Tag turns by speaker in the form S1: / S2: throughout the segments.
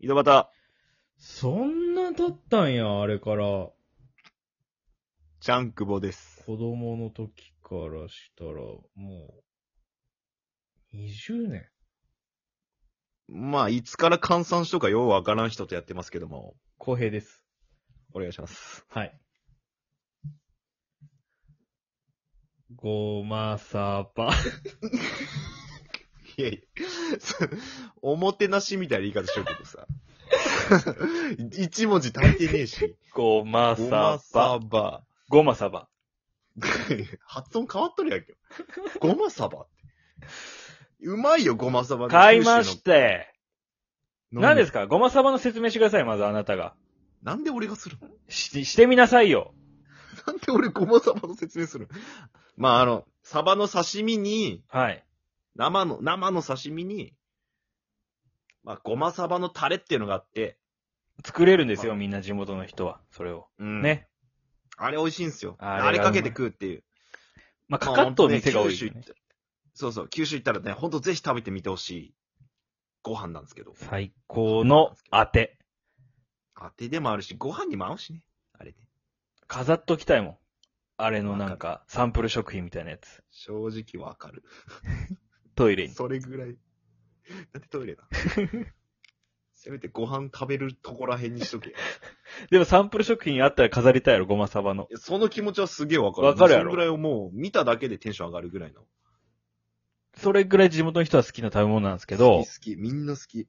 S1: 井戸端、
S2: そんな経ったんや、あれから。子
S1: ジャンクボです。
S2: 供の時からしたら、もう、20年。
S1: まあ、いつから換算しとかようわからん人とやってますけども、
S2: 公平です。
S1: お願いします。
S2: はい。ごまさば。
S1: いやいや、そおもてなしみたいな言い方しとくけどさ。 一文字足りてねえし。
S2: ごま
S1: ごまサ。バ。
S2: ごまさば。
S1: 発音変わっとるやんけ。ごまサバって。うまいよ、ごまサバ。
S3: 買いまして。
S1: 九州の
S3: 何ですかごまサバの説明してください、まずあなたが。
S1: なんで俺がするの
S3: し、してみなさいよ。
S1: なんで俺ごまサバの説明するのまあ、あの、サバの刺身に、
S3: はい。
S1: 生の、生の刺身に、まあ、ごまサバのタレっていうのがあって、
S3: 作れるんですよ、みんな地元の人は。それを。
S1: うん
S3: ね。
S1: あれ美味しいんですよ。
S3: あれ
S1: あ
S3: が
S1: れかけて食うっていう。ま
S3: まあ、か
S1: あ
S3: かっとう店が
S1: 本当
S3: 多い、
S1: ね九州行
S3: ね
S1: っ。たそうそう、九州行ったらね、ほんとぜひ食べてみてほしいご飯なんですけど。
S3: 最高の当て。
S1: あてでもあるし、ご飯にも合うしね。あれね。
S3: 飾っときたいもん。あれのなんか、サンプル食品みたいなやつ。
S1: 正直わかる。
S3: トイレに。
S1: それぐらい。なんでト イレだせめてご飯食べるとこら辺にしとけ。い
S3: でもサンプル食品あったら飾りたいやろ、ごまサバの。
S1: やその気持ちはすげえわかる。
S3: わかるやろ
S1: そのぐらいをもう見ただけでテンション上がるぐらいの。
S3: それぐらい地元の人は好きな食べ物なんですけ
S1: 好
S3: ど
S1: き、好き。みんな好き。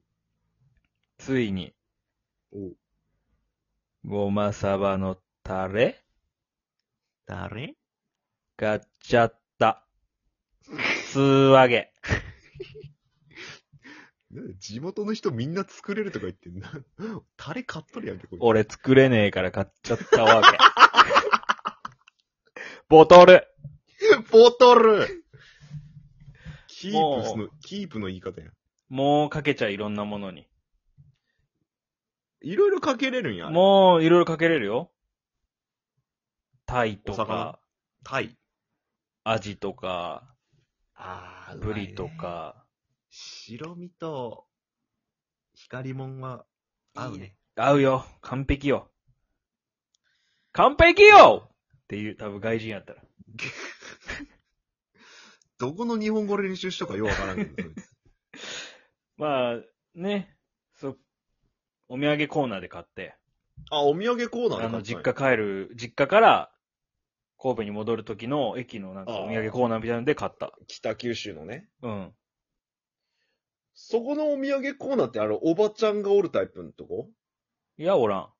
S3: ついに、
S1: お
S3: ごまサバのタレ
S1: 誰
S3: 買っちゃった。素揚げ。
S1: 地元の人みんな作れるとか言ってんな。 タレ買っとるやんけ、これ。
S3: 俺作れねえから買っちゃったわけ。ボトル。
S1: ボト ルキープ
S3: も
S1: ス
S3: う
S1: の、キープの言い方やん。
S3: もうかけちゃういろんなものに。
S1: いろいろかけれるんや。う。
S3: もういろいろかけれるよ。タイと
S1: お魚
S3: か、
S1: タイ。
S3: アジとか、
S1: あ
S3: ブリと。か。
S1: 白身と、光もんは、合うね。
S3: 合うよ。完璧よ。完璧よっていう、多分外人やったら。
S1: どこの日本語練習しとかようわからんけど、そい つ
S3: まあ、ね。そ、お土産コーナーで買って。
S1: あ、お土産コーナー
S3: あ
S1: だ
S3: の、実家帰る、実家から、神戸に戻る時の駅のなんかお土産コーナーみたいなので買った。
S1: 北九州のね。
S3: うん。
S1: そこのお土産コーナーってあの、おばちゃんがおるタイプのとこ
S3: いや、おらん。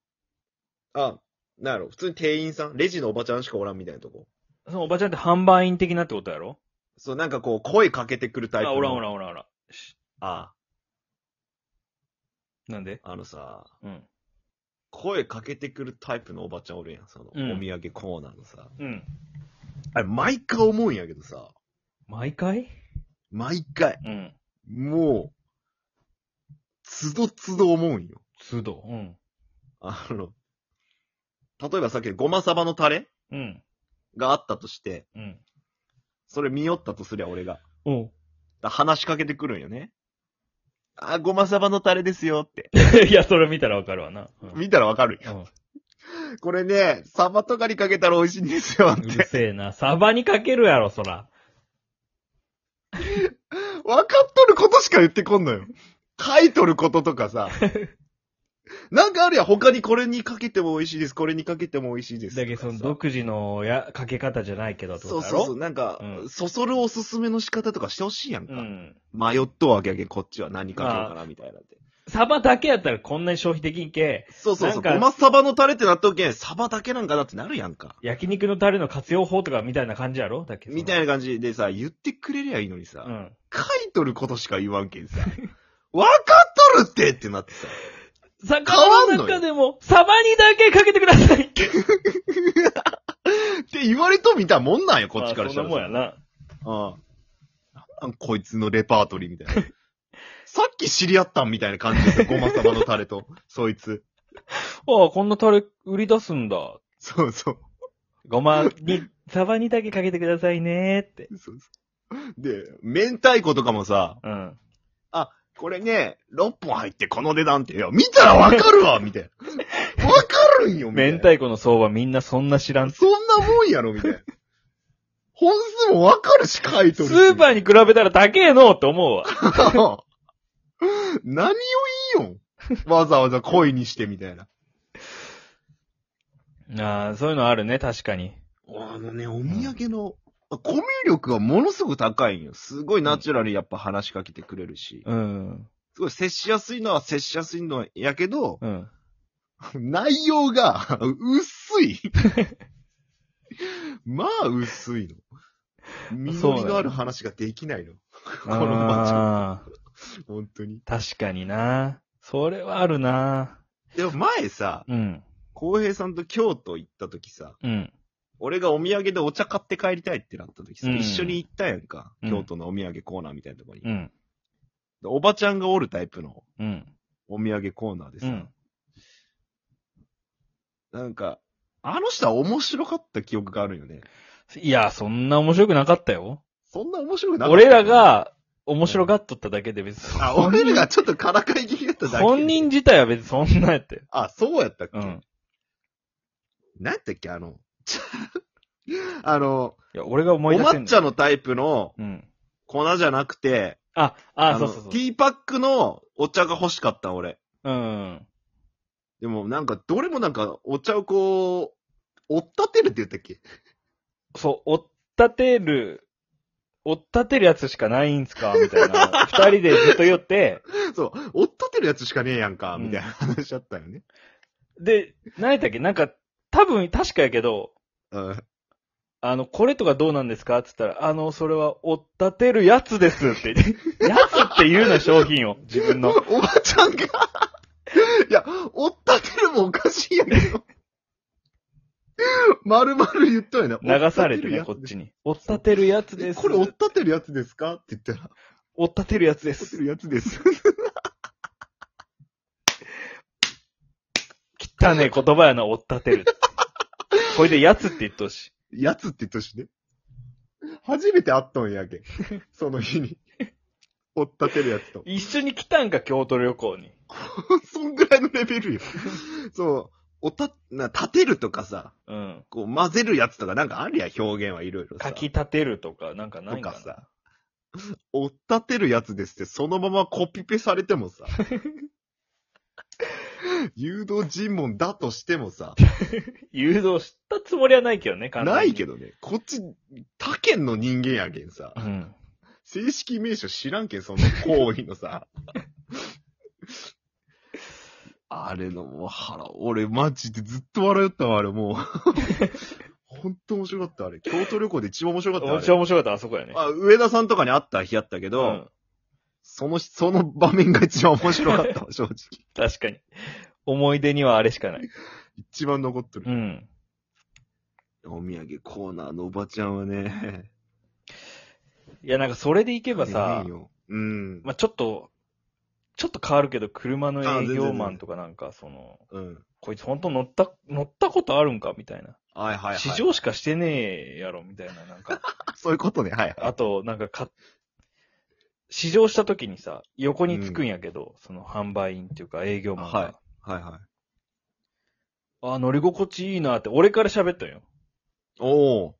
S1: あ、なんやろ、普通に店員さんレジのおばちゃんしかおらんみたいなとこ
S3: そのおばちゃんって販売員的なってことやろ
S1: そう、なんかこう、声かけてくるタイプ
S3: あ、
S1: の。
S3: おらんおらんおらんおらん。し
S1: あ、
S3: なんで
S1: あのさ、
S3: うん。
S1: 声かけてくるタイプのおばちゃんおるやん、その、
S3: うん
S1: お土産コーナーのさ。
S3: うん。
S1: あれ、毎回思うんやけどさ、
S3: 毎回
S1: 毎回、
S3: うん。
S1: もう、つどつど思うんよ。
S3: 都度。うん。
S1: あの、例えばさっきのごまサバのタレ
S3: うん。
S1: があったとして、
S3: うん。
S1: それ見よったとすりゃ俺が。
S3: おう。
S1: だ話しかけてくるんよね。あ、ごまサバのタレですよって。
S3: いや、それ見たらわかるわな。うん
S1: 見たらわかるよ。
S3: うん
S1: これね、サバとかにかけたら美味しいんですよっ
S3: うる
S1: て。
S3: せえな。サバにかけるやろ、そら。
S1: 分かっとることしか言ってこんのよ。書いとることとか さ。なんかあるやん、他にこれにかけても美味しいです、これにかけても美味しいですと
S3: だ
S1: かさ。
S3: けどその独自のや、かけ方じゃないけどってこ
S1: そう
S3: とや
S1: そうそ
S3: ろ
S1: う、なんか、
S3: うん
S1: そそるおすすめの仕方とかしてほしいやんか。
S3: うん。
S1: 迷っとうわけやけん、こっちは何かけようかな、みたいなんで。
S3: サバだけやったらこんなに消費できんけ。
S1: そうそうそう。
S3: なんか
S1: ごまサバのタレってなっとうけん、サバだけなんかなってなるやんか。
S3: 焼肉のタレの活用法とかみたいな感じやろだけ
S1: みたいな感じでさ、言ってくれりゃいいのにさ、
S3: な。うん。
S1: 書いとることしか言わんけんさ、わかっとるってってなってさ。
S3: 魚の中でも、サバにだけかけてくださ い
S1: って言われとみたいなもんなんよ、こっちからしたらさ。
S3: まあそんなもんやな。
S1: うん。なんなんこいつのレパートリーみたいな。 さっき知り合ったんみたいな感じでごまサバのタレと、 そいつ。
S3: ああ、こんなタレ売り出すんだ。
S1: そうそう。
S3: ごまに、サバにだけかけてくださいねって。
S1: そうそうで、明太子とかもさ、
S3: うん。
S1: これね、6本入ってこの値段って、いや、見たらわかる わみたいな。わかるんよ、みたい
S3: 明
S1: な。
S3: 太子の相場みんなそんな知らん。ス
S1: そんなもんやろ、みたいな。本数もわかるし、書いとるし。
S3: ーパーに比べたら高えのって思うわ。
S1: 何をいいよ。わざわざ恋にしてみたいな。
S3: ああ、そういうのあるね、確かに。
S1: あのね、お土産の、コミュ力がものすごく高いんよ。すごいナチュラルにやっぱ話しかけてくれるし。
S3: うん。
S1: すごい接しやすいのは接しやすいのやけど、
S3: うん。
S1: 内容が 薄い。まあ薄いの。実りのある話ができないの。この街は。
S3: あ
S1: 本当に。
S3: ー確かにな。それはあるな。
S1: でも前さ、
S3: うん。
S1: 浩平さんと京都行った時さ、
S3: うん。
S1: 俺がお土産でお茶買って帰りたいってなった時さ、
S3: うん
S1: 一緒に行ったやんか。
S3: うん
S1: 京都のお土産コーナーみたいなとこに。
S3: うん。
S1: でおばちゃんがおるタイプの
S3: うん。
S1: お土産コーナーでさ、
S3: うん
S1: なんか、あの人は面白かった記憶があるよね。
S3: いや、そんな面白くなかったよ。
S1: そんな面白くなかった
S3: 俺ら、が面白がっとっただけで別に。
S1: あ、俺らがちょっとからかい気味だっただけ。
S3: 本人自体は別にそんなやって。
S1: あ、そうやったっけ、
S3: う
S1: なん、
S3: ん。
S1: 何やったっけあの、ちゃ あの、
S3: いや、俺が思
S1: お
S3: い出せん
S1: 抹茶
S3: の。
S1: のタイプの
S3: うん。
S1: 粉じゃなくて、
S3: あ、あ、そ
S1: の
S3: うそうそう
S1: テ。ィーパックのお茶が欲しかった俺。
S3: うん。
S1: でもなんか、どれもなんか、お茶をこう、追っ立てるって言ったっけ
S3: そう、追っ立てる、追っ立てるやつしかないんすかみたいな。二人でずっと言って、
S1: そう、追っ立てるやつしかねえやんか、
S3: うん
S1: みたいな話だったよね。
S3: で、何やったっけなんか、多分確かやけど、
S1: うん。
S3: あの、これとかどうなんですかって言ったら、あの、それは追っ立てるやつですって 言って。やつって言うな、商品を。自分の。
S1: おばちゃんが、 いや、追っ立てるもおかしいやけど。丸々言ったよね。
S3: 流されてね、
S1: 追
S3: こ
S1: 立
S3: って
S1: るやつ
S3: ちに。追っ立てるやつ
S1: で。
S3: ですす。
S1: これ追っ立てるやつですかって言ったら、
S3: 追っ立てるやつで
S1: 追っ立て
S3: す。
S1: るやつです。
S3: 汚ねえ言葉やな、追っ立てる。これでやつって言っとうし。
S1: やつって言ったしね。初めて会ったんやけ。その日に。追っ立てるやつと。
S3: 一緒に来たんか、京都旅行に。
S1: そんぐらいのレベルよ。そう。おた、な、立てるとかさ、
S3: うん。
S1: こう混ぜるやつとかなんかあるやん、表現はいろいろさ。
S3: かき立てるとか、なんかな
S1: と
S3: いか
S1: か
S3: な。
S1: さ。おったてるやつですって、そのままコピペされても さ。誘導尋問だとしてもさ、
S3: 誘導したつもりはないけどね、
S1: ないけ
S3: ど。
S1: どね。こっち、他県の人間やけんさ
S3: う。ん。
S1: 正式名称知らんけん、その行為の さ。あれの、もう腹、俺マジでずっと笑ったわ、あれもう。 ほんと面白かった、あれ。京都旅行で一番面白かった、あ
S3: めっ
S1: れ
S3: ちゃ面白かった、あそこやね。
S1: あ、上田さんとかに会った日やったけ
S3: う
S1: ど、
S3: ん。
S1: その、その場面が一番面白かった わ、正直。
S3: 確かに。思い出にはあれしかない。
S1: 一番残って
S3: う
S1: る。
S3: ん。
S1: お土産コーナーのおばちゃんはね。
S3: いや、なんかそれで行けばさ
S1: ねえ、ようん。
S3: まあ、ちょっと、ちょっと変わるけど、車の
S1: あ全
S3: 営
S1: 然全
S3: 業
S1: 然
S3: マンとかなんか、その、
S1: うん。
S3: こいつ本当乗った、乗ったことあるんかみたいな。
S1: はいはいはい。
S3: 試乗しかしてねえやろ、みたいな、な んか。
S1: そういうことね、はいはい。
S3: あと、なんかか、試乗した時にさ、横につくんやけど、その販売員っていうか営業マンが。
S1: はいはいはい。
S3: あ、乗り心地いいなって、俺から喋ったんよ。
S1: おー。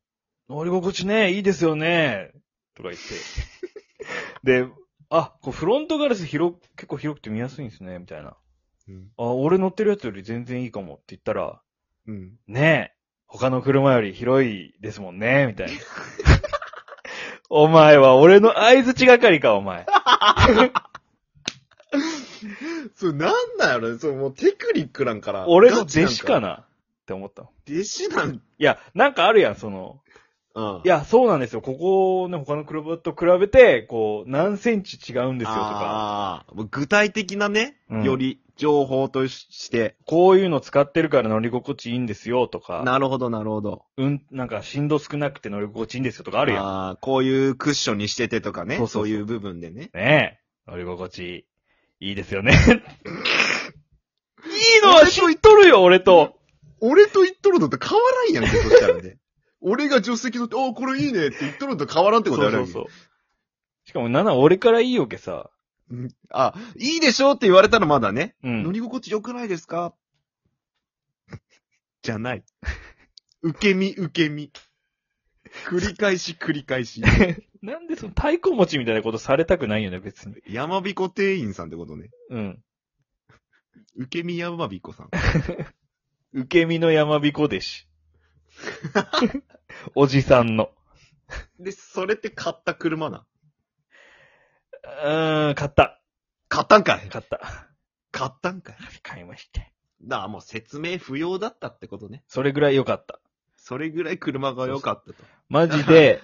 S3: 乗り心地ね、いいですよね、とか言 って。で、あ、こうフロントガラス広く、結構広くて見やすいんですね、みたいな。
S1: うん。
S3: あ、俺乗ってるやつより全然いいかもって言ったら、
S1: うん。
S3: ねえ、他の車より広いですもんね、み たいな。お前は俺の合図地係か、お前。
S1: そう、なんだよね。そう、もうテクニックなんかな。
S3: 俺の弟子か
S1: な。
S3: なって思ったの。
S1: 弟子なん、
S3: いや、なんかあるやん、その。
S1: うん。
S3: い
S1: や、
S3: や、そうなんですよ。ここね、他の車と比べて、こう、何センチ違うんですよと
S1: あ
S3: か、
S1: あ、もう具体的なね、
S3: うん
S1: より情報としして。
S3: こういうの使ってるから乗り心地いいんですよとか、
S1: なるほど、なるほど。
S3: うん、なんか振動少なくて乗り心地いいんですよとかあるやん。
S1: ああ、こういうクッションにしててとかね。
S3: そ
S1: そうう
S3: そうそう
S1: いう部分でね。
S3: ねえ、乗り心地 いいですよね。いいのは知っとるよ、俺と。
S1: 俺と言っとるのと変わらんやんけ、そしたらね。 俺が助手席乗って、おーこれいいねって言っとるのと変わらんって
S3: そ
S1: こ
S3: う
S1: とやる
S3: そうそう。しかも、なな、俺からいいよけさ、
S1: あ、いいでしょうって言われたらまだね。
S3: う
S1: 乗
S3: ん。
S1: り心地良くないですか じゃない。受け身、受け身。繰り返し、繰り返 し。
S3: なんでその太鼓持ちみたいなことされたくないよね、別に。
S1: 山彦店員さんってことね。
S3: うん。
S1: 受け身山彦さん。
S3: 受け身の山彦弟子。 おじさんの。
S1: で、それって買った車な。
S3: うーん、買った。
S1: 買ったんかい
S3: 買った。
S1: 買ったんかい
S3: 買いました。
S1: だからもう説明不要だったってことね。
S3: それぐらい良かった。
S1: それぐらい車が良かったと。
S3: マジ で、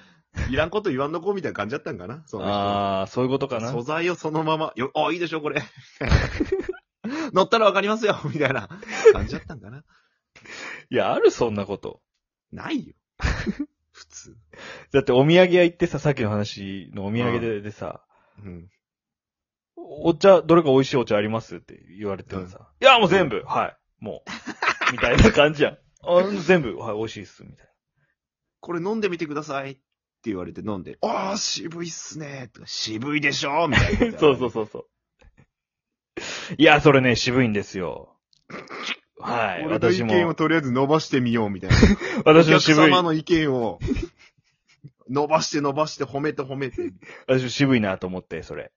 S1: いらんこと言わんのこうみたいな感じだったんかなその人
S3: あー、そういうことかな。
S1: 素材をそのまま、よ、あ、いいでしょ、これ。 乗ったらわかりますよ、 みたいな感じだったんかな。
S3: いや、あるそんなこと。
S1: ないよ。 普通。
S3: だってお土産屋行ってさ、さっきの話のお土産ででさ、
S1: うん。
S3: お茶、どれか美味しいお茶ありますって言われてもさ、いや、もう全部、はい、もう、 みたいな感じやん。あ全部、はい、美味しいっす、みたい
S1: これ飲んでみてくださいって言われて飲んで、あー、渋いっすねとか渋いでしょみたいなことや
S3: な。
S1: ら。
S3: そうそうそうそう。いや、それね、渋いんですよ。はい、
S1: 俺の
S3: 私
S1: 意見を
S3: も、
S1: とりあえず伸ばしてみようみたいな。
S3: 私も
S1: お
S3: 渋
S1: 客
S3: い、
S1: 様の意見を伸ばして伸ばして褒めて褒めて。
S3: 私も渋いなと思って、それ。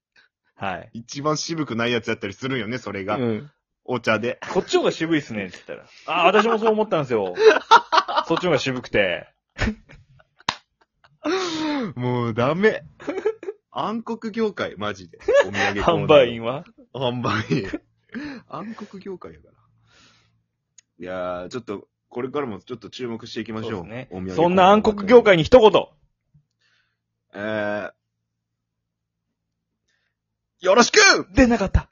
S3: はい。
S1: 一番渋くないやつやったりするんよね、それが。
S3: うん。
S1: お茶で。
S3: こっちの方が渋いっすね、って言ったら。あ、私もそう思ったんで すよ。そっちの方が渋くて。
S1: もうダメ。暗黒業界、マジで。お土産コーナー
S3: 販売員は
S1: 販売員。暗黒業界やから。いやー、ちょっと、これからもちょっと注目していきましょう。
S3: そうで
S1: お土産
S3: す
S1: コーナー
S3: そんな暗黒業。界に一言。
S1: えー、よろしく
S3: 出なかった。